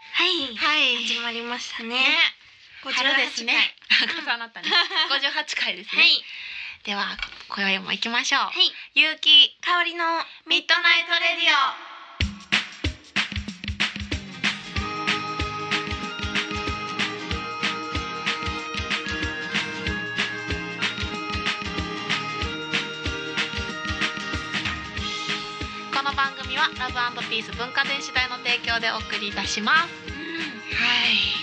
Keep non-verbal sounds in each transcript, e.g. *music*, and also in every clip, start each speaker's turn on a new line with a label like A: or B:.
A: はい
B: 始まりましたね。
A: ね春ですね
B: 58回。
A: 重なった *laughs* ね58回です
B: は
A: ね、
B: い。
A: では今宵も行きましょう、
B: はい。
A: ゆうき
B: 香りの
A: ミッドナイトレディオこの番組はラブピース文化電子代の提供でお送りいたしますはい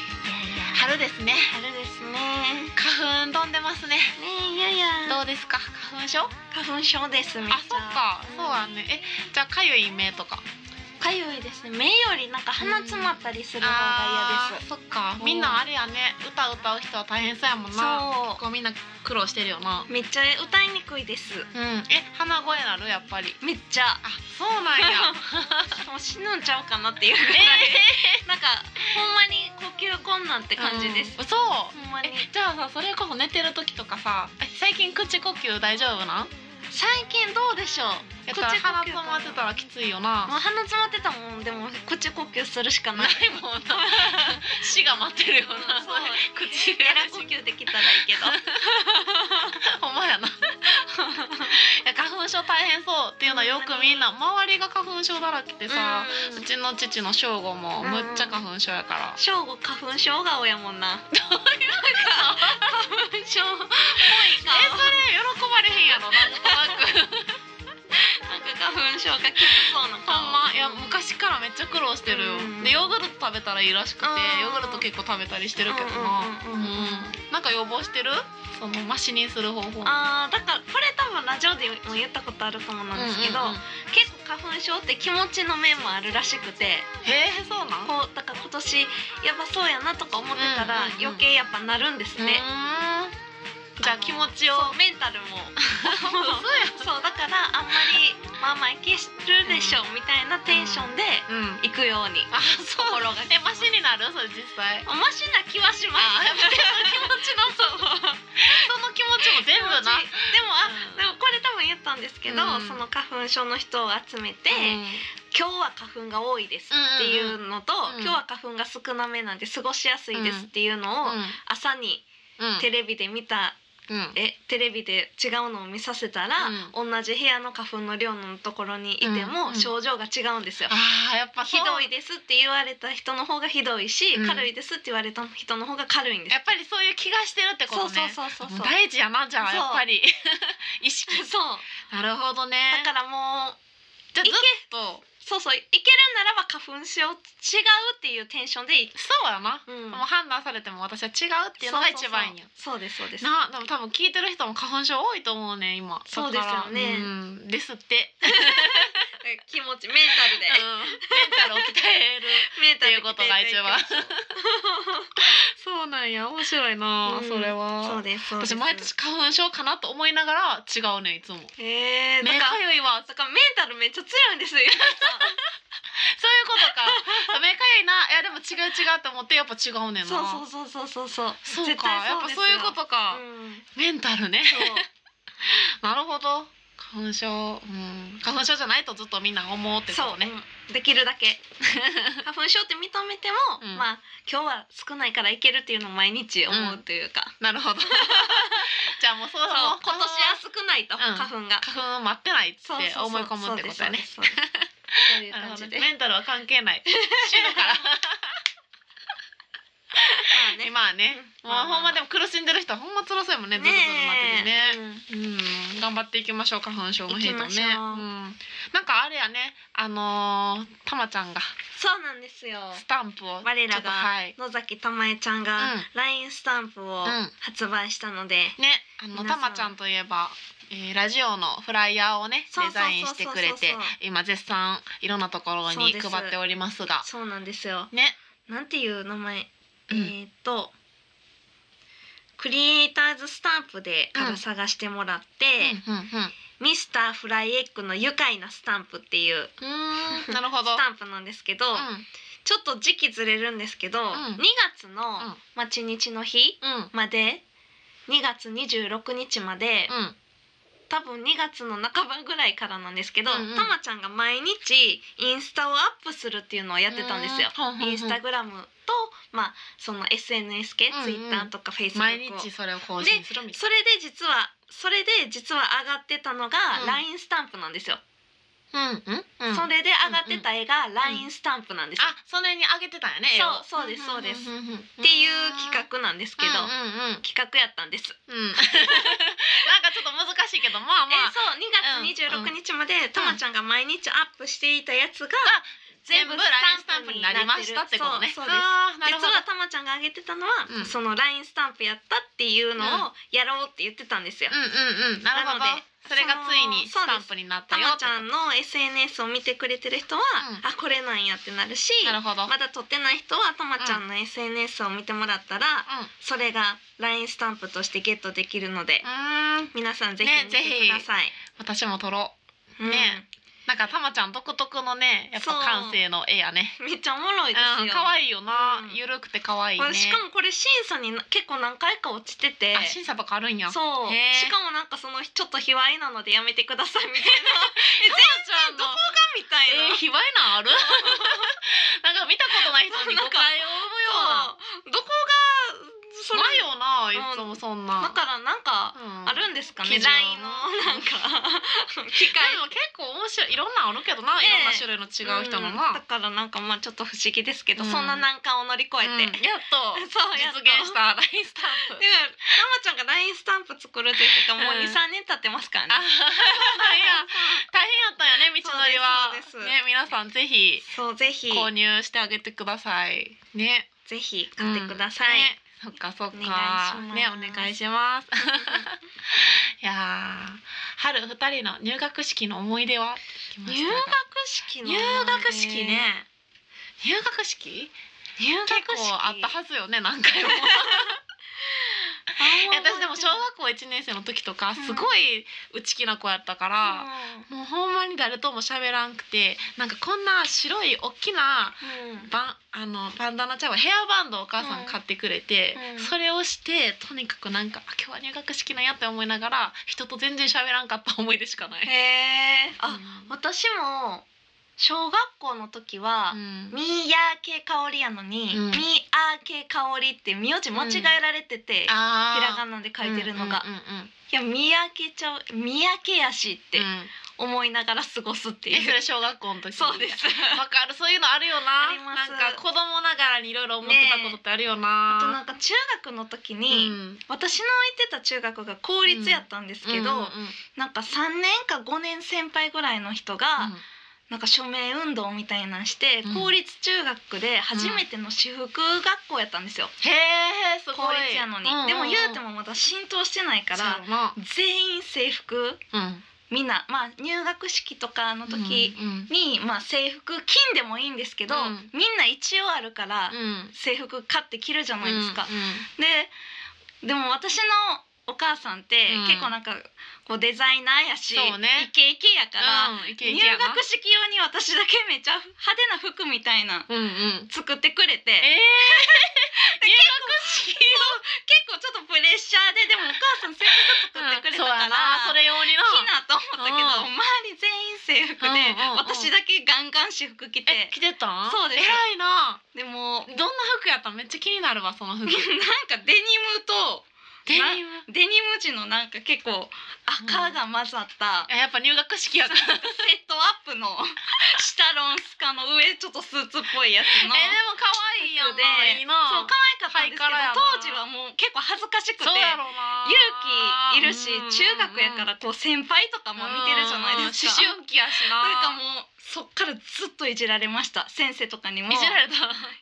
B: 春
A: 春ですね
B: 春ですね。
A: 花粉飛んでますね
B: ねいやいや。
A: どうですか花粉症あ
B: 花粉症ですめっちゃ。
A: そっかそうだねえじゃあかゆい目とか
B: かゆいですね。目よりなんか鼻詰まったりするのが
A: あ
B: 嫌で
A: ー
B: す。
A: そっかみんなあれやね歌歌う人は大変そうやもんな結
B: そ
A: 構みんな苦労してるよな
B: う。めっちゃ歌いにくいです。
A: うんえ鼻声なるやっぱり
B: めっちゃ。
A: あ *laughs* そうなんや
B: もう死ぬんちゃうかなっていうぐらい。なんかほんまに呼吸困難って感じです。
A: うん嘘
B: ほんまに
A: え。じゃあさそれこそ寝てる時とかさえ最近口呼吸大丈夫なん
B: 最近どうでしょう。
A: やっぱ
B: 口呼吸かな
A: 鼻詰まってたらきついよ
B: もう
A: な
B: 鼻詰まってたもんでも口呼吸するしかない。
A: いもんな *laughs* 死が待ってるよな
B: *laughs* そう
A: 口
B: エラ呼吸できたらいいけど。
A: ほんまやな *laughs* いや花粉症大変そうっていうのはよくみんな周りが花粉症だらけでさ、うちの父の正吾もむっちゃ花粉症や *laughs* から、
B: 正午花粉症顔やもんな。どういう顔？花粉症っぽい顔。
A: えそれ喜ばれへんやろなんとなく
B: なんか花粉症がきつそうな
A: ほ
B: 顔。
A: んまいや昔からめっちゃ苦労してるよ、
B: うん
A: でヨーグルト食べたらいいらしくて
B: うん
A: ヨーグルト結構食べたりしてるけどな
B: うんうんうんうん
A: うんなんか予防してるそのマシにする方法
B: あーだからこれ多分ラジオでも言ったことあるかもなんですけど、
A: うんうんうん
B: 結構花粉症って気持ちの面もあるらしくて
A: へえそうなん
B: こうだから今年やばそうやなとか思ってたら
A: うんうんうん
B: 余計やっぱなるんです
A: うーん
B: ね、
A: じゃあ気持ちを
B: そうメンタル *laughs* もそうだからあんまりまあまあいけるでしょうみたいなテンションで
A: うん
B: 行くように、
A: あ、そう。
B: 心が
A: え、マシになる、それ実際。
B: あマシな気はしま
A: あ、
B: す
A: やっぱりその気持ちの、そう。その気持ちも全
B: *laughs*
A: 部な。
B: 気持ちでもあ、
A: うん
B: でもこれ多分言ったんですけど、
A: うん
B: その花粉症の人を集めて、今日は花粉が多いですっていうのと、
A: うんうん
B: 今日は花粉が少なめなんで過ごしやすいですっていうのを朝に
A: うん、
B: テレビで見た、
A: うん、うん、
B: えテレビで違うのを見させたら、同じ部屋の花粉の量のところにいて
A: う
B: も
A: ん
B: 症状が違うんですよ。
A: ああ、やっぱ
B: ひど
A: い。
B: いですって言われた人の方がひどいし、
A: うん
B: 軽いですって言われた人の方が軽いんです
A: や。っぱりそういう気がしてるってこ
B: そ
A: と
B: うそう
A: ね。
B: そうそうそう。
A: もう大事やな、じゃあ、
B: そう
A: やっぱり。 *laughs* 意識。
B: そう
A: なるほど
B: だ
A: ね。
B: からもう
A: じゃあ、
B: い
A: ず
B: け
A: っと。
B: そうそういけるならば花粉症違うっていうテンションでい
A: そうやな。
B: うん
A: もう判断されても、私は違うっていうのが一番いいんや。
B: そうそうそうそうですそうです
A: なでも多分聞いてる人も花粉症多いと思うね今
B: そうですよね
A: だからうん、ですって
B: 気持ちメンタルで
A: うんメンタルを鍛
B: *laughs*
A: える
B: メン
A: っていうことが一番
B: 鍛えていきましょ
A: そうなんや面白いな、
B: うん
A: それ
B: うそ
A: は
B: うですそうです
A: 私毎年花粉症かなと思いながら違うねいつも
B: えー、
A: 目
B: なん
A: か
B: か
A: ゆいわ
B: だからメンタルめっちゃ強いんですよ
A: そういうこと
B: *laughs*
A: か目かゆいないやでも違う違うと思ってやっぱ違うねんな
B: そう
A: う
B: そうそうそうそうそう
A: そう
B: 絶
A: か
B: 対
A: やっぱ
B: です
A: そういうことか、
B: うん
A: メンタルね *laughs*
B: そう
A: なるほど花粉症、うん、花粉症じゃないとずっとみんな思うってこ
B: そ
A: と
B: う
A: ね
B: うんできるだ
A: *laughs*
B: け花粉症って認めても、
A: うん
B: まあ今日は少ないからいけるっていうのを毎日思うというか、
A: なるほ
B: *laughs*
A: どじゃあもうそう
B: そう
A: そう
B: 今年は少ないと、
A: ん
B: 花粉が
A: 花粉待ってないっつ
B: そう
A: って
B: そう
A: 思
B: そう
A: い込むってことやね
B: そうですそうですそういう
A: なる
B: 感
A: ほど
B: じで
A: メンタルは関係ない死
B: *laughs*
A: ぬから
B: まあね
A: まあね、
B: うん
A: まあ、ほんまでも苦しんでる人はほんま辛そうやもんねずっとずっと待っててねうん、頑張っていきましょう花粉症の人
B: い
A: もね
B: きましょう
A: うん、なんかあれやねあのー、たまちゃんが
B: そうなんですよ
A: スタンプを
B: 我
A: ちょ
B: ら
A: っと
B: が
A: はい
B: 野崎たまえちゃんが
A: うん
B: LINE スタンプを
A: うん
B: 発売したので、
A: ねあの
B: 皆
A: た
B: さん
A: まちゃんといえば、えー、ラジオのフライヤーをね
B: そうそ
A: デ
B: うそうそう
A: ザインしてくれて今絶賛いろんなところ
B: そう
A: に
B: です
A: 配っておりますが
B: そうなんですよ
A: ね、
B: なんていう名前、
A: う
B: え
A: ん
B: ーっとクリエイターズスタンプでから探してもらって、
A: うんうんうん
B: ミスターフライエッグの愉快なスタンプっていう
A: うーんなるほど。
B: スタンプなんですけど、
A: う
B: ちょっと時期ずれるんですけど、
A: ん
B: 2月の待ち日の日、
A: ん、うん、
B: まで2月26日まで、
A: うん、
B: 多分2月の半ばぐらいからなんですけど、
A: うんうん
B: たまちゃんが毎日インスタをアップするっていうのをやってたんですよ。
A: うん。
B: インスタ
A: グ
B: グラムとまあその SNS 系、
A: うんうん
B: ツイッターとかフェイスブ
A: 毎
B: ックを
A: 日それを更新するみたい
B: それで実はそれで実は上がってたのが
A: うん
B: LINE スタンプなんですよ、
A: な。うんうんうん。
B: それで上がってた絵が LINE スタンプなんですよ、
A: あ、それにあげてたんやね。絵を
B: そうそうですそうです
A: んんんん
B: っていう企画なんですけど、
A: うんうんうん。
B: 企画やったんです、
A: うん *laughs* なんかちょっと難しいけど、まあま
B: え
A: あ。
B: そう2月
A: うん
B: 26日まで、たまちゃんが毎日アップしていたやつが、
A: 全部 LINE スタンプになりましたってことね。
B: そうそうです
A: あーなるほ
B: 実
A: ど。
B: はたまちゃんが上げてたのは、
A: うん
B: その LINE スタンプやったっていうのをやろうって言ってたんですよ、
A: うんうんうん。なるほど
B: なので。
A: それがついにスタンプになった
B: た
A: よ
B: ま
A: っ
B: ち
A: てこと。
B: ゃんの SNS を見てくれてる人は、
A: うん
B: あこれなんやってなるし
A: なるほど。
B: まだ撮ってない人はたまちゃんの SNS を見てもらったら、
A: うん。
B: それが LINE スタンプとしてゲットできるので、
A: うーん
B: 皆さんぜひ
A: ね
B: 見てください、
A: 私も撮ろ
B: うん
A: ねうなんかたまちゃん独特のねやっぱ
B: そう
A: 感性の絵やね
B: めっちゃおもろいです
A: うん
B: よ、
A: 可愛いよな、
B: うん
A: ゆるくて可愛い
B: こ
A: ね
B: れしかもこれ審査にな結構何回か落ちてて
A: あ審査とかあるんや
B: そう
A: へー
B: しかもなんかそのちょっと卑猥なのでやめてくださいみたいなえ全
A: ちゃんの
B: 然みたい
A: え
B: な、
A: ー、卑猥 *laughs* なんあるなんか見たことない人に誤解を
B: *laughs* そ
A: 生
B: うどこがそ
A: むよう
B: れ
A: なないよな
B: うん
A: いつもそんな、
B: だからなんか
A: うん
B: あるんですかね
A: 基準
B: LINE のなんか機
A: で
B: 械
A: も結構面白いいろんなのあるけどな、
B: ね
A: いろんな種類の違う人の
B: んだ
A: な、
B: からなんかまあちょっと不思議ですけど、
A: うん
B: そんな難関を乗り越
A: うん
B: え、
A: やってと
B: そうやっ
A: 実
B: と
A: 現したラインスタンプ
B: でたまちゃんが LINE スタンプ作るって言ってからもう
A: うん
B: 23年経ってますから
A: あ
B: ね、
A: いや大変やったんやね道のり
B: そ
A: は
B: うですそうです
A: ね皆さんぜひ
B: そうぜひ
A: 購入してあげてくださいね
B: ぜひ買ってください、
A: ねそっかそっか
B: お願いします
A: ねお願いします *laughs* いやー春二人の入学式の思い出は聞きました
B: 入
A: が
B: 学式の
A: 入学式ね入学式
B: 入学式
A: 結構あったはずよね何回も *laughs* いや私でも小学校一年生の時とかすごい内気な子やったから、もうほんまに誰とも喋らんくてなんかこんな白い大きなバンあのバンダナちゃうわヘアバンドをお母さんが買ってくれて、
B: うんうん
A: それをしてとにかくなんかあ今日は入学式なんやって思いながら人と全然喋らんかった思い出しかない。
B: へえあ
A: う
B: 私も小学校の時は
A: ん、うん
B: みーやーけかおりやのに、
A: う
B: みーあ
A: ん
B: ーけかおりって名字間違えられてて、
A: あ
B: ひらが
A: な
B: なで書いてるのが、
A: うんうんうんうん
B: いや三宅ちゃう三宅やしって
A: うん
B: 思いながら過ごすってい
A: え
B: う、
A: それ小学校の時
B: そうです
A: わかるそういうのあるよな
B: あります
A: なんか子供ながらにいろいろ思ってたことってあるよ
B: あと
A: な、
B: なんか中学の時
A: う
B: に、
A: ん、
B: 私の行ってた中学が公立やったんですけど、
A: うんうんうん
B: なんか3年か5年先輩ぐらいの人が、なんか署名運動みたいなんして、
A: うん
B: 公立中学で初めての私服学校やったんですよ、
A: へえすごい
B: 公立やのに、でも言うてもまだ浸透してないか
A: からら
B: 全員制服
A: うん
B: みんなまあ入学式とかの時
A: うんうん
B: に、まあ制服金でもいいんですけど、
A: うん
B: みんな一応あるから
A: うん
B: 制服買って着るじゃないですか、
A: うんうん
B: ででも私のお母さんって
A: うん
B: 結構なんかこうデザイナーやし、
A: そう
B: イ
A: ね
B: ケイケやから、
A: うん、イケイ
B: 入
A: ケやな
B: 学式用に私だけめっちゃ派手な服みたいな
A: うんうん
B: 作ってくれて
A: えー、
B: で結構結構ちょっとプレッシャーででもお母さん制服作ってくれた
A: そう
B: か
A: やな
B: ら、
A: それ用にな
B: 好きなと思ったけど、
A: う
B: 周り全員制服で、
A: うんうんうん
B: 私だけガンガン私服着
A: え
B: て
A: 着てたん
B: そうです
A: 偉いな
B: でもう
A: どんな服やったんめっちゃ気になるわその
B: な
A: 服
B: んかデニムと
A: デニム
B: デニム地のなんか結構赤が混ざった、
A: あやっぱ入学式やったえでも
B: セットアップの下ロンスカの上ちょっとスーツっぽいやつの。
A: 可愛いやん
B: 服で
A: ないい
B: そう
A: な
B: 可愛かったんですけど
A: ハイカラやな
B: 当時はもう結構恥ずかしくて
A: そうやろうな
B: 勇気いるし中学やからこう先輩とかも見てるじゃないですか。
A: うんうん思春期やしな
B: なんかもうそっからずっといじられました先生とかにも
A: いじられた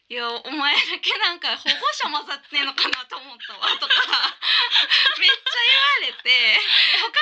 B: いやお前だけなんか保護者混ざってんのかなと思った
A: *laughs*
B: わとかめっちゃ言われて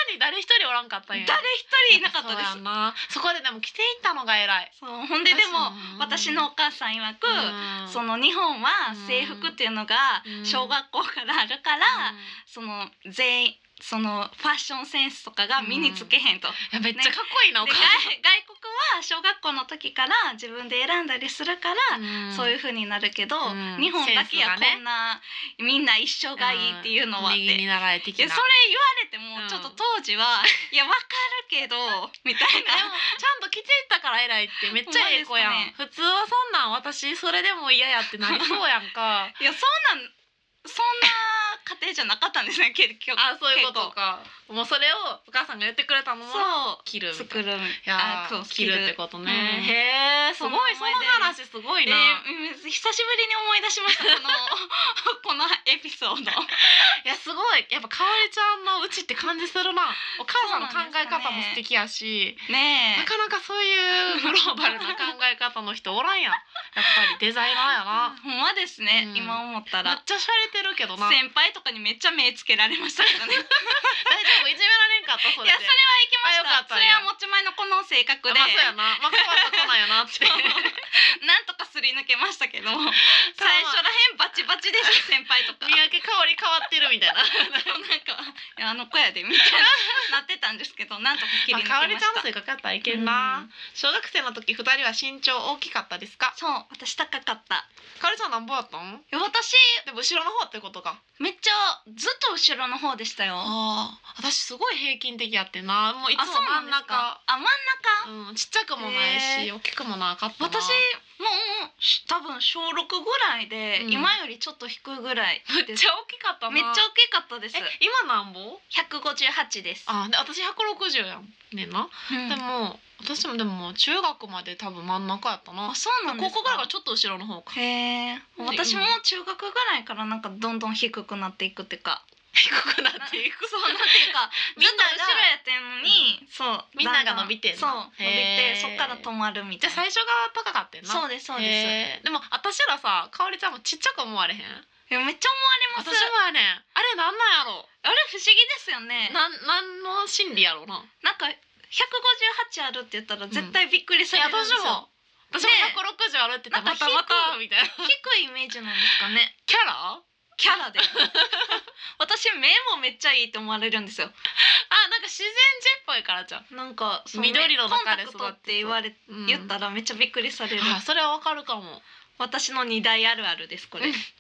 A: 他に誰一人おらんかったんや
B: 誰一人いなかったで
A: そうや
B: す
A: なそこででも着ていったのが偉い
B: そうほんででも
A: 確かに
B: 私のお母さん曰く、
A: うん
B: その日本は制服っていうのが
A: うん
B: 小学校からあるから、その全員そのファッションセンスとかが身につけへんと、
A: いやめっちゃかっこいいな、お
B: で
A: 母
B: 外
A: さ
B: 外国は小学校の時から自分で選んだりするから、
A: ん。
B: そういうう風になるけど、
A: うん
B: 日本だけや
A: センスが
B: こ
A: ね
B: んな、みんな一緒がいいっていうのはって、
A: 右
B: い
A: に
B: や
A: 習い的
B: それ言
A: な。
B: われても
A: うん
B: ちょっと当時は、いやわかるけどみたい
A: *laughs* でもちゃ
B: な。
A: んと着ていったから偉いってめっちゃええ子やん、普通はそんなん私それでも嫌やってなりそうやん
B: *laughs*
A: か
B: いやそんなんそんな家庭じゃなかったんですね結局。
A: あそういうことかもうそれをお母さんが言ってくれたものを
B: そ
A: 着
B: う
A: るみたい
B: 作
A: な
B: る
A: いや
B: あそう
A: ー着るってことね、
B: うん
A: へえすごいそ
B: その
A: の
B: 思い出
A: 話すごい
B: え
A: な、
B: ーうん久しぶりに思い出しました
A: *laughs*
B: このこのエピソード。
A: いやすごいやっぱかおりちゃんのうちって感じするな *laughs* お母さんの考え方も素敵やしな,、
B: ねえ。
A: かなかそういうグローバルな考え方の人おらんやんやっぱりデザイナーやな
B: ほんまですね、
A: うん
B: 今思った
A: めっ
B: ら
A: ちゃ洒落てるけどな大丈
B: 先輩とかにめっちゃ目つけられましたけどねいや
A: 夫いじめられんかったそ
B: そ
A: れ
B: れは
A: で
B: いけまし
A: あよか
B: た
A: った
B: そ
A: ん
B: れ
A: や
B: は持ち前のこの性格
A: まあ
B: で、
A: そうやなまあ変わった子なんやなって *laughs*
B: なんとかすり抜けましたけど最初らへんバチバチでした先輩とか
A: *laughs* 三宅かおり変わってるみた *laughs* いな
B: なんかいやあの子やでみたいななってたんですけ
A: *laughs*
B: どなんとか切り抜け
A: かおり
B: ま
A: ちゃん
B: した、
A: の性格やったらいけんな、
B: うん
A: 小学生の時二人は身長大きかったですか
B: そう私高かった
A: かおりちゃんなんぼやったん
B: いや私
A: でも後ろの方ってことか
B: めっちゃずっと後ろの方でしたよあ
A: ああ私すごい平均的やってんなもういつも
B: そうな
A: 真ん
B: んです
A: 中
B: かあ真ん中
A: うん、ちっちゃくもないし
B: へ
A: 大きくもなかったな
B: 私もうし多分小6ぐらいで、
A: うん
B: 今よりちょっと低いぐらい
A: め
B: で
A: っ
B: す
A: ちゃ大きかったな
B: めっちゃ大きかったです
A: え。今なんぼ
B: 百五十八です。
A: あで私160やんねんな、
B: うん
A: でも私もでも中学まで多分真ん中やったな
B: あそうなんですか。
A: 高校からがちょっと後ろの方か *laughs*
B: へえ。私も中学ぐらいからなんかどんどん低くなっていくっていうか。
A: 低くなっていく *laughs*
B: そうなんていうか、
A: み
B: み
A: ん
B: ん
A: な
B: な
A: が
B: 後ろやってんのに、そう。
A: みんなが伸びてんの
B: だだそう。伸び
A: へえ
B: てそっから止まるみ
A: じ
B: た
A: ゃ
B: い
A: あ
B: な。
A: 最初が高かったんな
B: そうですそうです。
A: へーでも私らさかおりちゃんもちっちゃく思われへん
B: いやめっちゃ思われ
A: 私
B: ま
A: も
B: す。
A: やねんあれなんなんやろ
B: あれ不思議ですよね。
A: なんなんの心理やろうな
B: なんか百五十八あるって言ったら絶対びっくり
A: い
B: され
A: や
B: るんです
A: 私
B: よ。
A: も私も
B: ね
A: 160あるって言
B: な
A: ってま
B: んか
A: た
B: 低い
A: またみたいな
B: 低いイメージなんですかね。
A: キャラ
B: キャ
A: *laughs*
B: ラで私目もめっちゃいいって思われるんですよ
A: あなんか自然人っぽいからじゃん、
B: なんかその
A: 緑の中で育ってそう
B: コンタクトって言われ
A: うん
B: 言ったらめっちゃびっくりされる、
A: あそれはわかるか *laughs* も
B: 私の二大あるあるですこれ
A: うん自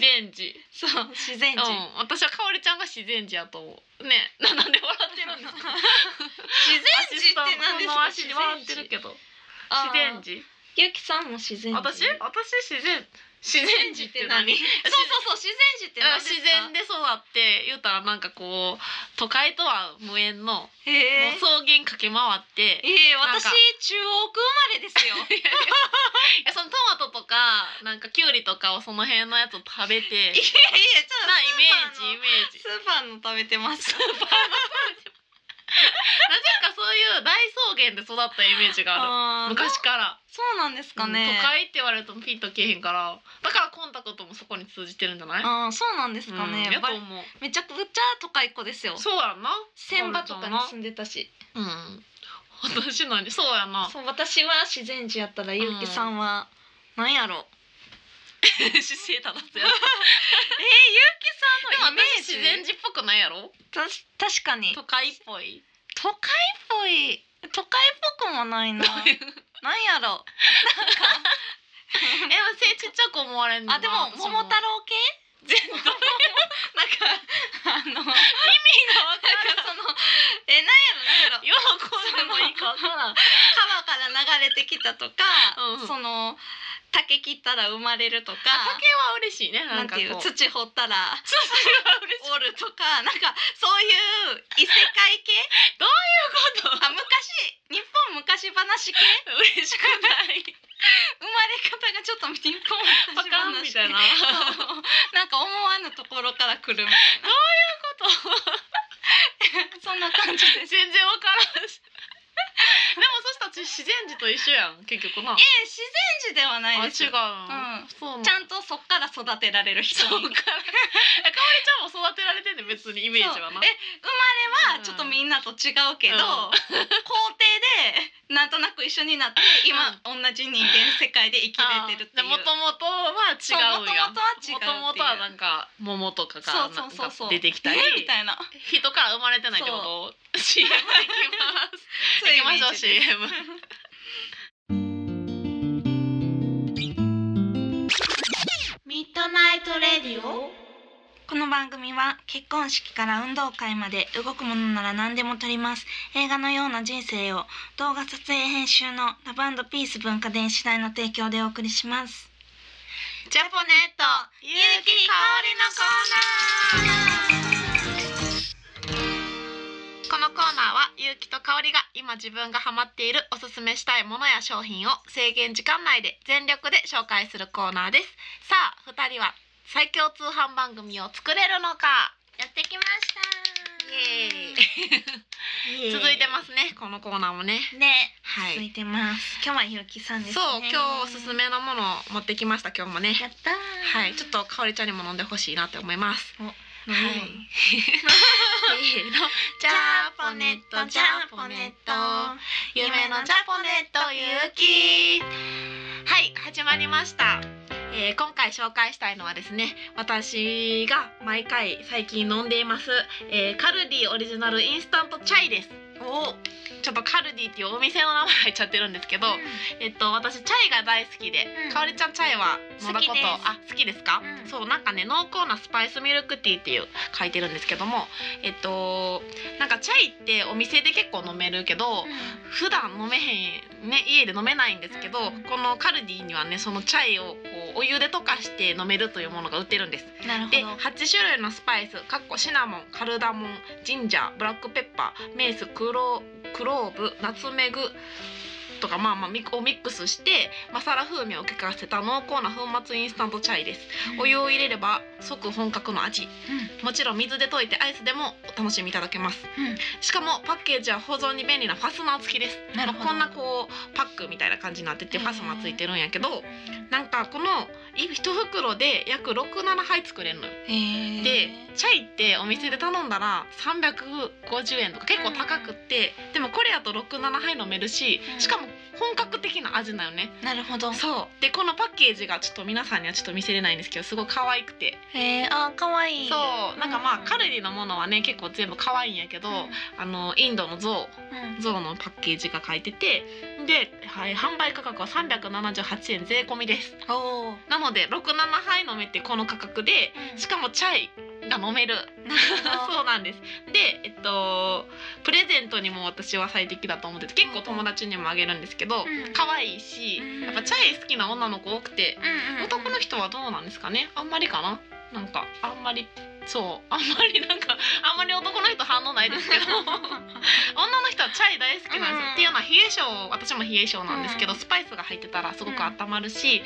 A: 然児
B: そう *laughs* 自然
A: う
B: 人、
A: ん私はかおりちゃんが自然児やと思うね *laughs* ななんで笑ってるんですか
B: 自
A: ア
B: 然
A: シス
B: 人
A: タ
B: っ
A: ン
B: て何
A: ト
B: です
A: の
B: か
A: 足に笑ってるけど自然児
B: あーゆきさんも自然人
A: 私私自然自
B: 自
A: 然
B: 然
A: 児
B: 人
A: っ
B: ってて
A: 何
B: 何そうそうそう自然人って何ですか
A: 自然で育って言うたらなんかこう都会とは無縁のも
B: へ
A: う
B: ー
A: 草原駆け回って
B: えー、
A: なん
B: 私
A: か
B: 中央区生まれ *laughs* ですよ
A: い *laughs* やそのトマトとかなんかきゅうりとかをその辺のやつを食
B: *laughs*
A: べて
B: いやいやちょっと
A: なイメージイメージ
B: スーパーの食べてます
A: なぜかそういう大草原で育ったイメージがある
B: あー
A: *laughs* 昔から、
B: そうなんですかね、
A: うん都会って言われるとピンとけえへんからだからコンタクトもそこに通じてるんじゃない
B: ああそうなんですかね、
A: うん、
B: や
A: や
B: っぱ
A: と
B: り
A: 思う
B: めちゃくちゃ都会っ子ですよ
A: そうやんな
B: 千葉とかに住んでたし
A: うん私なんでそうやな
B: そう私は自然児やったらゆうきさんは、なんやろ
A: *laughs* 姿勢正すや
B: *laughs* えー、
A: つ
B: ゆうき
A: でも
B: さんのイメー
A: 私
B: ジ
A: 自然児っぽくないやろ
B: た確かに
A: 都会っぽい
B: 都会っぽい都会っぽくもないななん
A: *laughs*
B: やろ
A: え背ちっちゃく思われんの
B: あでも桃太郎系
A: 全然
B: なんかあのなんか
A: わ
B: そのえなんやろなんやろ
A: *laughs* ようこんでもいいかわからん
B: 川から流れてきたとか、
A: うん
B: その竹切ったら生まれるとか
A: 竹は嬉しいねな
B: なんん
A: か
B: て
A: こ
B: いう
A: う
B: 土掘ったら
A: は嬉
B: おるとかなんかそういう異世界系
A: こと
B: あ昔日本昔話系
A: 嬉しく
B: *laughs*
A: ない
B: 生まれ方がちょっと日本
A: パ
B: 昔
A: カン
B: 話
A: み
B: 系
A: たいな
B: そうなんか思わぬところから来るみたいな *laughs* そんな感じです
A: 全然わからんしでもそしたら自然児と一緒やん結局な
B: え自然児ではない
A: あ
B: で
A: 違
B: す
A: う
B: う
A: の、
B: ん
A: そうな
B: ちゃんとそっから育てられる人
A: そうからかおりちゃんも育てられてんねん別にイメージ
B: そ
A: は
B: う
A: な
B: え生まれはちょっとみんなと違うけど、
A: うん
B: 校庭でなんとなく一緒になって今、同じ人間世界で生きれてるっていう
A: もともとは違うんや
B: そう元々は違う
A: もともとはなんか桃とかが
B: そうそうそうそう
A: 出てきたり
B: えみたいな
A: 人から生まれてないってこと CM いきます
B: そういう
A: 行きまし
B: イメー
A: ょう
B: ジです
A: CM
C: ミッドナイトレディオ
B: この番組は結婚式から運動会まで動くものなら何でも撮ります映画のような人生を動画撮影編集のラブピース文化電子台の提供でお送りします
C: ジャポネット
A: ゆ
C: ゆうきかおりのコーナー
A: このコーナーはゆうきと香りが今自分がハマっているおすすめしたいものや商品を制限時間内で全力で紹介するコーナーですさあ二人は最強通販番組を作れるのか
C: やってきましたイ
A: *laughs*
C: エーイ
A: 続いてますねこのコーナーもね
C: ね
A: は
B: 続い
A: い
B: てます今日はゆうきさんですね
A: そう今日おすすめのものを持ってきました今日もね
C: やったー
A: はいちょっと香りちゃんにも飲んでほしいなって思います
B: 飲
A: は
B: み
A: い
B: 物。
A: せーのジャポネットジャポネット夢のジャポネットゆうきはい始まりました、えー今回紹介したいのはですね私が毎回最近飲んでいます、えーカルディオリジナルインスタントチャイですおちょっとカルディっていうお店の名前入っちゃってるんですけど、えっと私チャイが大好きで、
C: うん
A: かおりちゃんチャイは飲んだこと
C: 好きです
A: あ好きですか、
C: うん
A: そうなんかね濃厚なスパイスミルクティーっていう書いてるんですけどもえっとなんかチャイってお店で結構飲めるけど、普段飲めへんね家で飲めないんですけど
C: うん
A: このカルディにはねそのチャイをこうお湯で溶かして飲めるというものが売ってるんです
B: うんなるほ
A: で
B: ど
A: 8種類のスパイスかっこシナモンカルダモンジンジャーブラックペッパーメイスクロクローブナツメグとかまあまあミをミックスしてマサラ風味を効かせた濃厚な粉末インスタントチャイですお湯を入れれば即本格の味もちろん水で溶いてアイスでもお楽しみいただけます、
B: うん
A: しかもパッケージは保存に便利なファスナー付きです
B: なるほど
A: こんなこうパックみたいな感じになってて
B: へー
A: ファスナー付いてるんやけどなんかこのい一袋で約67杯作れるのよ
B: へー
A: でチャイってお店で頼んだら350円とか結構高くって、でもこれやと67杯飲めるし
B: うん
A: しかも本格的な味なよね、
B: なるほど
A: そうでこのパッケージがちょっと皆さんにはちょっと見せれないんですけどすごい可愛くて
B: へーあー可愛い
A: そうなんかまあ、
B: うん
A: カルディのものはね結構全部可愛いんやけど、あのインドの象
B: うん
A: 象のパッケージが書いててで、はい、販売価格は378円税込みです
B: おー
A: なので67杯飲めてこの価格でしかもチャイが飲める
B: なるほど
A: そうなんですでえっとプレゼントにも私は最適だと思ってて結構友達にもあげるんですけど、
B: うん
A: 可愛いし
B: うん
A: やっぱチャイ好きな女の子多くて
B: うんうんうん
A: 男の人はどうなんですかねあんまりかななんかあんまりそうあんまりなんかあんまり男の人反応な
B: *laughs*
A: いですけど女の人はチャイ大好きなんですよ、
B: うん
A: っていうのは冷え性私も冷え性なんですけど、
B: うん
A: スパイスが入ってたらすごく温まるし、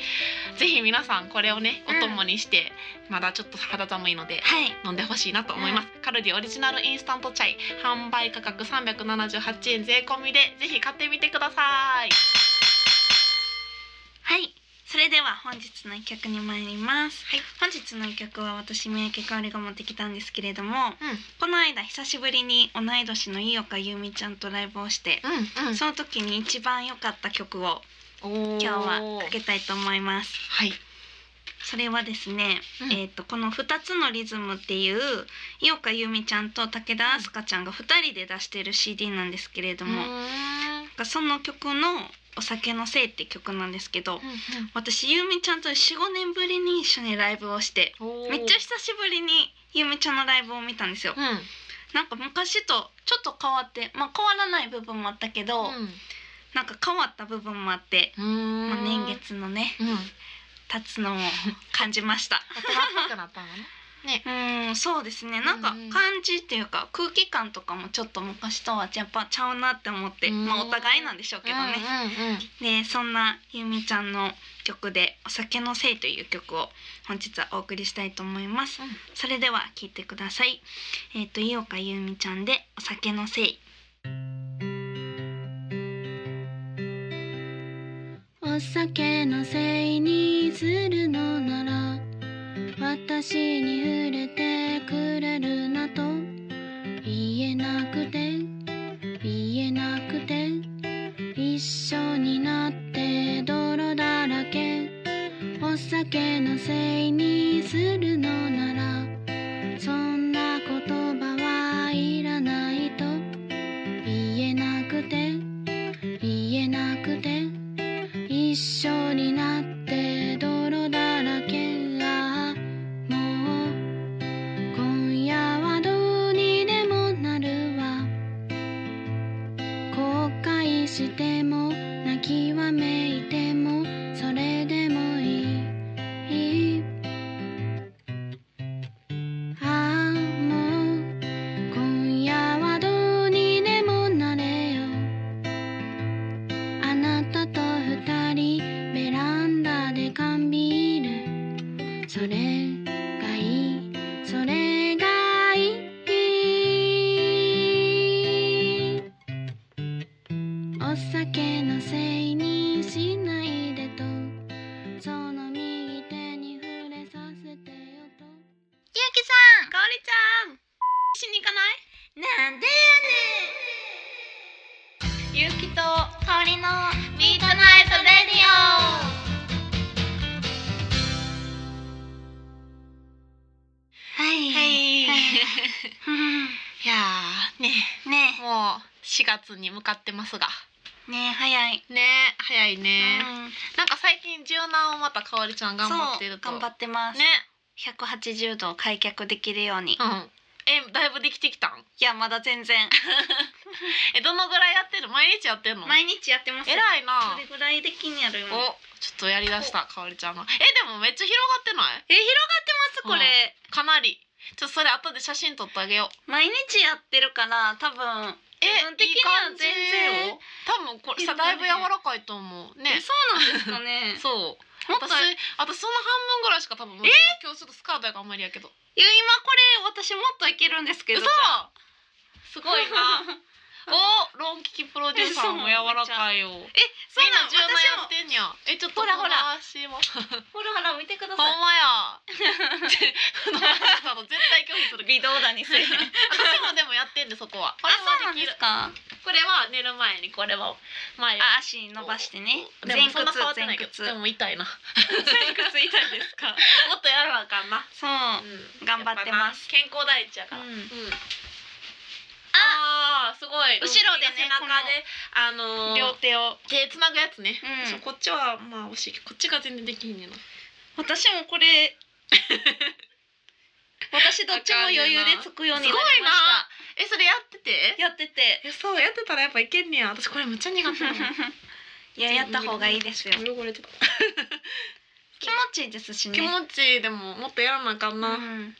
A: ぜひ皆さんこれをねお供にして、まだちょっと肌寒いので
B: はい
A: 飲んでほしいなと思います、カルディオリジナルインスタントチャイ販売価格378円税込みでぜひ買ってみてください
B: はい。それでは本日の一曲に参ります。本日の一曲は私三宅香織が持ってきたんですけれども、この間久しぶりに同い年の井岡由美ちゃんとライブをして、
A: うんうん
B: その時に一番良かった曲を
A: おー
B: 今日はかけたいと思います。
A: はい、
B: それはですね、
A: うん
B: えっ、とこの二つのリズムっていう井岡由美ちゃんと武田明日香ちゃんが二人で出してる CD なんですけれども、なんかその曲のお酒のせいって曲なんですけど、私ゆうみちゃんと45年ぶりに一緒にライブをしてめっちゃ久しぶりにゆうみちゃんのライブを見たんですよ
A: うんうん
B: なんか昔とちょっと変わってまあ変わらない部分もあったけど、なんか変わった部分もあって、
A: うん
B: まあ、年月のね
A: うん大人っ
B: 経つのを感じました
A: ぽくなったのね
B: うーんそうですねなんか
A: うんうん
B: 感じっていうか空気感とかもちょっと昔とはやっぱちゃうなって思って、
A: うん
B: まあお互いなんでしょうけどね、でそんなゆみちゃんの曲で「お酒のせい」という曲を本日はお送りしたいと思います、
A: うん
B: それでは聴いてくださいえっ、と井岡ゆみちゃんで「お酒のせい」
C: お酒のせいにするのなら私に触れてくれるなと言えなくて言えなくて一緒しても泣きわめいてもそれでもいいいいああもう今夜はどうにでもなれよあなたと二人ベランダで缶ビールそれがいいそれがいいお酒のせいにしないでとその右手に触れさせてよと
B: ゆうきさんかおりちゃんしに行かないなんでやねんゆうきとかおりのミートナイトレディオ
A: は
B: はい
A: い、
B: う
A: い
B: ん
A: やーね
B: ね
A: もう4月に向かってますが
B: えねえ早い、
A: ね早いね、
B: うん
A: なんか最近柔軟をまたかおりちゃん頑張ってると
B: そう頑張ってます、
A: ね
B: 180度開脚できるように、
A: う
B: い
A: んえだいぶできてきたん
B: やまだ全然
A: えどのぐらいやってる毎日やってんの
B: 毎日やってます
A: 偉いな
B: それぐらいできんやろ今
A: おちょっとやりだしたかおりちゃんがえでもめっちゃ広がってない
B: え広がってますこれ、
A: かなりちょっとそれ後で写真撮ってあげよう
B: 毎日やってるから多分
A: え
B: 自分的には全然
A: いい感じよ多分これさだいぶ柔らかいと思う
B: え
A: ね
B: そうなんですかね
A: *laughs* そう
B: もっと
A: 私私その半分ぐらいしか多分え今日ちょっとスカートやからあんまりやけど
B: いや今これ私もっといけるんですけど
A: 嘘すごいな
B: *laughs*
A: *laughs* おロンキキプロデューサーも柔らかいよ
B: えそう
A: みん
B: な
A: な
B: の
A: 柔軟や
B: 私
A: っ
B: も
A: てんねやえちょっと
B: ほらほら
A: 私も
B: ほらほら見てくだ
A: ほん
B: さい
A: まや。その *laughs* あの絶対拒否するけど。
B: 微動だにす
A: *laughs*
B: る
A: 私もでもやってんでそこは。これはできる。
B: か
A: これは寝る前にこれは前
B: あ足伸ばしてね
A: で
B: 前
A: も
B: 屈
A: そんな変わってな
B: 前
A: いけど。
B: 屈
A: でも痛いな。
B: 前屈痛いですか
A: *laughs* もっとやらなあかんな。
B: そう
A: うん
B: 頑張ってます。
A: やっぱな健康第一やから。
B: うん
A: うんああーすごい。
B: 後ろでね
A: 背中であのー
B: 両手を
A: 手つなぐやつね。
B: うん
A: そうこっちはまあ惜しいけどこっちが全然できひんねんな。
B: 私もこ
A: *laughs*
B: れ私どっちも余裕でつくようになりまし
A: すごいなえそれやってて？
B: たやってて
A: いやそうやってたらやっぱいけんねや私これめっちゃ苦手なの
B: いややった方がいいですよ
A: *laughs* 汚れてた
B: 気持ちいいですしね
A: 気持ちいいでももっとやらなあかんな、
B: うん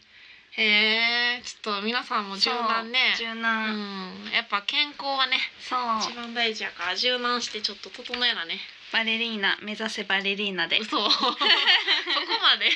A: へえちょっと皆さんも柔軟ね
B: そう柔
A: う
B: 軟、
A: んやっぱ健康はね
B: そう
A: 一番大事やから柔軟してちょっと整えなね
B: バレリーナ目指せバレリーナで
A: 嘘 *laughs* そこま *laughs* でい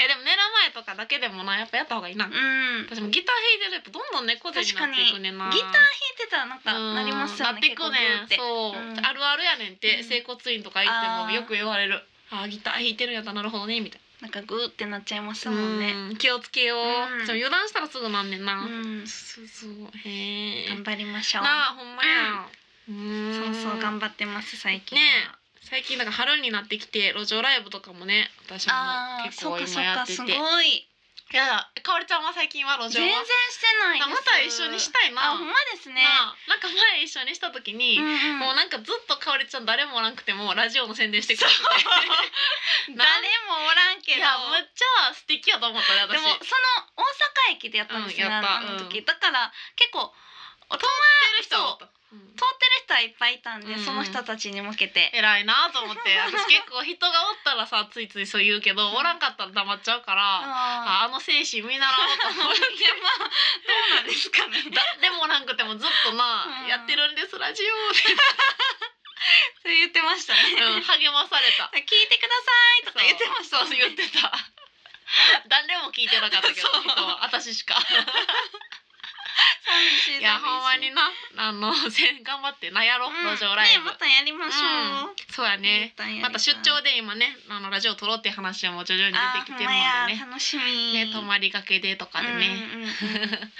A: やでも寝る前とかだけでもなやっぱやった方がいいな、
B: うん
A: 私もギター弾いてるやっぱどんどん猫背になっていくねんな
B: 確かにギター弾いてたらなんかなりますよ
A: な
B: ね
A: ってくねん
B: 結構
A: そう、
B: うん
A: あるあるやねんって、
B: うん
A: 整骨院とか行って
B: あ
A: も
B: ー
A: よく言われるあーギター弾いてるんやったらなるほどねみたい
B: なんかグーってなっちゃいます
A: な
B: もんね
A: うん気をつけよう、
B: うん
A: でも油断したらすぐなんねん
B: う
A: な、
B: ん
A: そうそうへえ
B: 頑張りましょう
A: なあほんまや、うん
B: そうそう頑張ってます最近
A: ねえ最近なんか春になってきて路上ライブとかもね私も
B: ああー
A: 結
B: そ
A: 構
B: うかそ
A: 今
B: う
A: や
B: か
A: って
B: す
A: て
B: ごい
A: いやだかおりちゃんは最近は路上
B: 全
A: は
B: 然してないです
A: また一緒にしたいな
B: あほんまですね
A: なあなんか前一緒にした時に、
B: うん
A: もうなんかずっとかおりちゃん誰もおらんくてもラジオの宣伝してくれて
B: 誰もおらんけど
A: いやむっちゃ素敵やと思ったね
B: で
A: 私
B: もその大阪駅でやったんですよね、
A: うんやった
B: あの時、
A: うん
B: だから結構通っ
A: 知ってる人
B: そう通ってる人はいっぱいいたんで、
A: うん
B: その人たちに向けて
A: 偉いなと思って私結構人がおったらさついついそう言うけどおらんかったら黙っちゃうから、
B: ああ
A: ああの精神見習おうと思 *laughs* って
B: でまあどうなんです *laughs* かね
A: 誰もおらんくてもずっとな、
B: うん
A: やってるんですラジオって、
B: そう言ってました
A: うん *laughs*
B: ね、
A: 励まされた
B: 聞いてくださいとか言ってました
A: そう言ってた *laughs* 誰も聞いてなかったけど
B: そう
A: 人は私しか *laughs*
B: 寂しい
A: いやほんまに
B: ね
A: なあのせん頑張ってなやろ、路上ライ
B: ね
A: ブ、
B: またやりましょう、
A: うんそうやねまた出張
B: で
A: で今ねあのラジオ撮ろうっていう話も徐々に出てきてるのでね
B: 楽しみ
A: ね泊まりがけでとかでね、
B: うんうんうん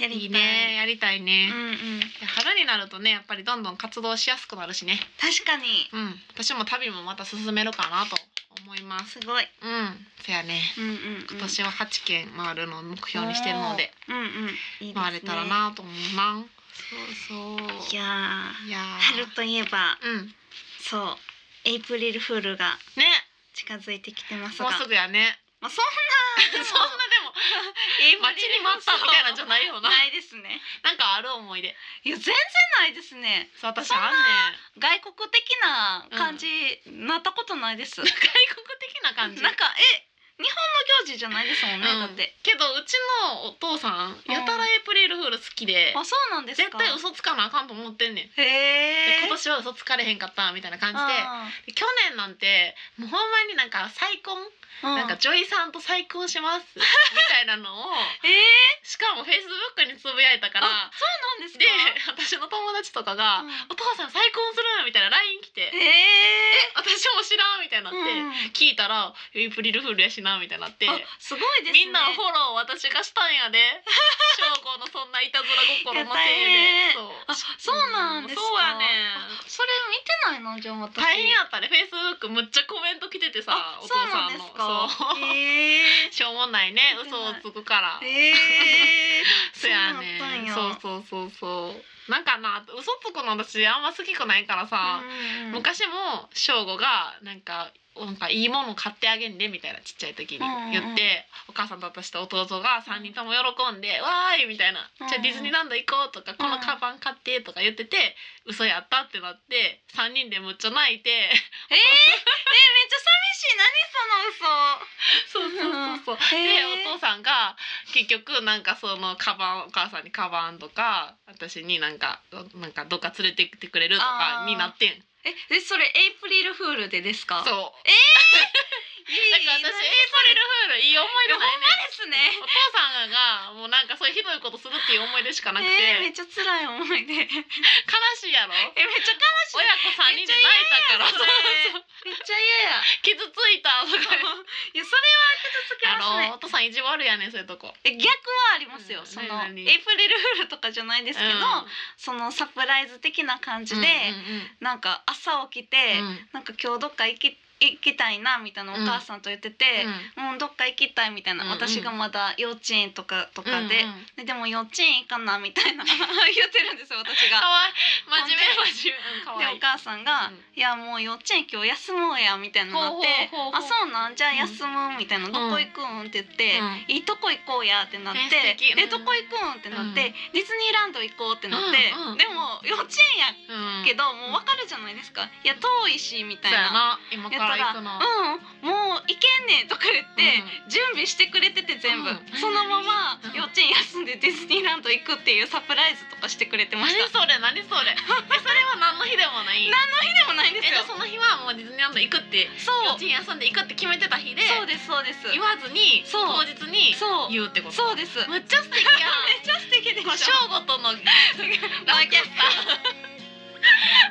B: やりたい
A: *laughs* いいねやりたいね
B: う、んうん
A: 春になるとねやっぱりどんどん活動しやすくなるしね
B: 確かに
A: うん私も旅もまた進めるかなと思いま
B: す
A: す
B: ごい
A: うんそやね
B: うんうんうん
A: 今年は8軒回るのを目標にしてるので、
B: うんうんいいですね
A: 回れたらなと思うなそう
B: い
A: そう
B: やー
A: いやー
B: 春といえば
A: うん
B: そうエイプリルフールが
A: ね
B: 近づいてきてます
A: も
B: が
A: うすぐやね
B: *laughs* まあそんな
A: そんなでも待ちに待ったみたいなんじゃないよな
B: ないですね
A: なんかある思い出
B: いや全然ないですね
A: そう私
B: そんな
A: あんねん
B: 外国的な感じ、なったことないです
A: 外国的な感じ
B: なんかえ日本の行事じゃないですもんね、
A: うん
B: だって
A: けどうちのお父さんやたらエイプリルフール好きで
B: あそうなんです
A: 絶
B: か
A: 対嘘つかなあかんと思ってんねん
B: へ
A: で
B: え
A: 今年は嘘つかれへんかったみたいな感じでで去年なんてもうほんまになんか再婚なんか女医さんと再婚
B: *laughs*
A: しますみたいなのを
B: えー、
A: しかもフェイスブックにつぶやいたから
B: あそうなんですか
A: で私の友達とかが
B: うん
A: 「お父さん再婚する」みたいな LINE 来て「
B: え
A: 私も知らん」みたいになっ
B: ー、うん
A: て聞いたら「エイプリルフールやしな」みたいになって
B: あすごいですね
A: みんなのフォローを私がした
B: *laughs*
A: んやで翔子のそんないたずら心のせ
B: いや大変
A: いでそう
B: あそうなんですか
A: そうやね
B: あそれ見てないのじゃあ私
A: 大変やったねフェイスブックむっちゃコメント来ててさ
B: あ
A: お
B: そう
A: 父
B: な
A: さ
B: んで
A: んの
B: すか
A: そう
B: *laughs* えー
A: *laughs* しょうもないね
B: 見て
A: 嘘
B: な
A: を
B: い
A: つくから
B: えー、
A: そやね
B: そうなんや
A: そうそうそうそうなんかな嘘つくの私あんま好きくないからさ、
B: うん
A: 昔も翔吾がなんかなんかいいもの買ってあげんでみたいなちっちゃい時に言って、
B: うんうん
A: お母さんと私と弟が3人とも喜んで「わーい!」みたいな「
B: うん
A: じゃあディズニーランド行こう」とか「このカバン買って」とか言ってて嘘やったってなって3人でむっちゃ泣い
B: *laughs*
A: て
B: えー、えー、めっちゃ寂しい何その嘘
A: そうそうそうそ
B: う
A: う。
B: ん
A: で
B: へー
A: お父さんが結局なんかそのカバンお母さんにカバンとか私になんかなんかどっか連れてきてくれると
B: あ
A: か
B: ー
A: になってん
B: え、でそれエイプリルフールでですか。
A: そ
B: う。
A: うだから私エイプリルフールいい思い出ないねん
B: ですね。
A: お父さんがもうなんかそういうひどいことするっていう思い出しかなくて、
B: えー、めっちゃ辛い思い出。え、めっち
A: 悲しいやろ親
B: ゃ悲しい。
A: 子3人で泣いたから
B: めっちゃ嫌やそれ
A: そうそう
B: めっちゃ嫌
A: *laughs*
B: や。
A: 傷ついたとか言って
B: いや、それ
A: あ
B: は傷つきますね
A: の。お父さん意地悪やねんそういうとこ。
B: え、逆はありますよ。
A: うん
B: その
A: 何
B: エ
A: 々
B: イプリルフールとかじゃないですけど、
A: う
B: そのサプライズ的な感じ
A: ん
B: で、なんか朝起きて、
A: うんうんうん
B: なんか今日どっか行き行きたいなみたいなお母さんと言ってて。
A: うん
B: うん、どっか行きたいみたいな、
A: うんうん
B: 私がまだ幼稚園とかとかで、
A: うんうん
B: ででも幼稚園行かなみた
A: *laughs*
B: いな言ってるんですよ私
A: か
B: が。
A: わいい真面目真面目かわ
B: で
A: い
B: お
A: い
B: 母さんが
A: うん
B: 「いやもう幼稚園今日休もうや」みたいなのになって「
A: ほうほうほうほう
B: あそうなんじゃあ休む」みたいな「どこ行くん?」って言って「いいとこ行こうや」ってなって「
A: え素敵
B: え
A: うん
B: どこ行くん?」ってなって、
A: うん
B: ディズニーランド行こう」ってなって、
A: うんうん
B: でも幼稚園や
A: うん
B: けどもう分かるじゃないですか「いや遠いし」みた
A: そう
B: いな。
A: やな今か
B: やった
A: ら
B: ら「
A: 行
B: う
A: く
B: ん
A: の
B: もう行けんねん」とか言って、準備してくれてて全部、
A: うん
B: そのまま
A: うん
B: 幼稚園休んでディズニーランド行くっていうサプライズとかしてくれてま
A: 何
B: した
A: それ何それえそれは何の日でもない
B: 何でもないんで
A: え
B: す
A: じゃ
B: よ
A: あその日はもうディズニーランド行くって
B: そう
A: 幼稚園休んで行くって決めてた日で
B: そうですそうです
A: 言わずに
B: そう
A: 当日に
B: そう
A: 言うってこと
B: そうですめっ
A: むっちゃ素
B: *laughs*
A: 敵やん
B: ちゃ素敵で
A: こう
B: し
A: 正
B: ょ
A: 吾
B: *laughs*
A: とのラブ
B: マーキャス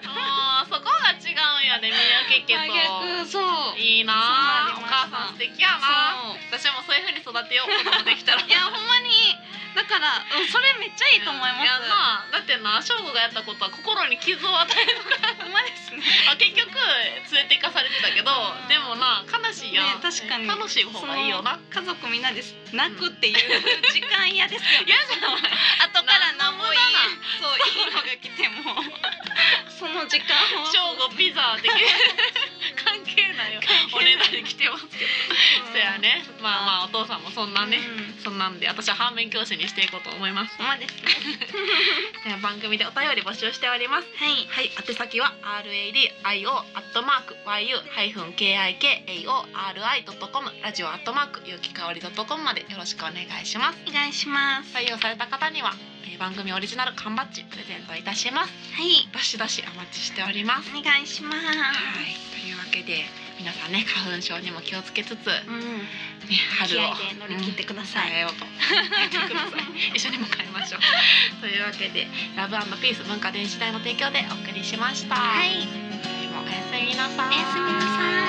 A: あーそこが違うんやね宮家家
B: 真逆そ
A: と
B: うそう
A: いいなあ
B: そうなり
A: お
B: ました
A: 母さん素敵やな私もそういう風に育てよう子供できた
B: *laughs*
A: ら
B: いやほんまにだから、うん、それめっちゃいいと思います、
A: やなだってな翔吾がやったことは心に傷を
B: *laughs*
A: 与える
B: ほんまですね
A: あ結局連れて行かされてたけどでもな悲しいやん、
B: ね確かに
A: 楽しい方がいいよな
B: 家族みんなです泣くっていう時間嫌ですよ、ね、
A: 嫌じゃない
B: 後から何もいい
A: なん
B: そういいのが来てもその時間を
A: 正午ピザできる
B: *laughs*
A: 関係ないよおねだり来てますけど
B: うん
A: そやねまあまあお父さんもそんなね、
B: うん
A: そんなんで私は反面教師にしていこうと思います
B: ほんまですね
A: *laughs* では番組でお便り募集しております
B: はい
A: はい、宛先は r a d i o アットマーク y u ハイフン k i k a o r i ドットコムラジオアットマーク有機香りドットコムまでよろしくお願いします。
B: お願いします
A: 採用された方には、えー番組オリジナル缶バッジプレゼントいたします。
B: はい
A: どしどしお待ちしております。
B: お願いします
A: はい、というわけで皆さんね花粉症にも気をつけつつ、ね、
B: うん
A: 春
B: 気
A: を
B: 合で乗り切ってください、
A: 変えようと変えてください *laughs* 一緒に迎えましょうというわけでラブピース文化電子代の提供でお送りしました、
B: はい
A: 今日もおやすみなさ
B: おやすみなさい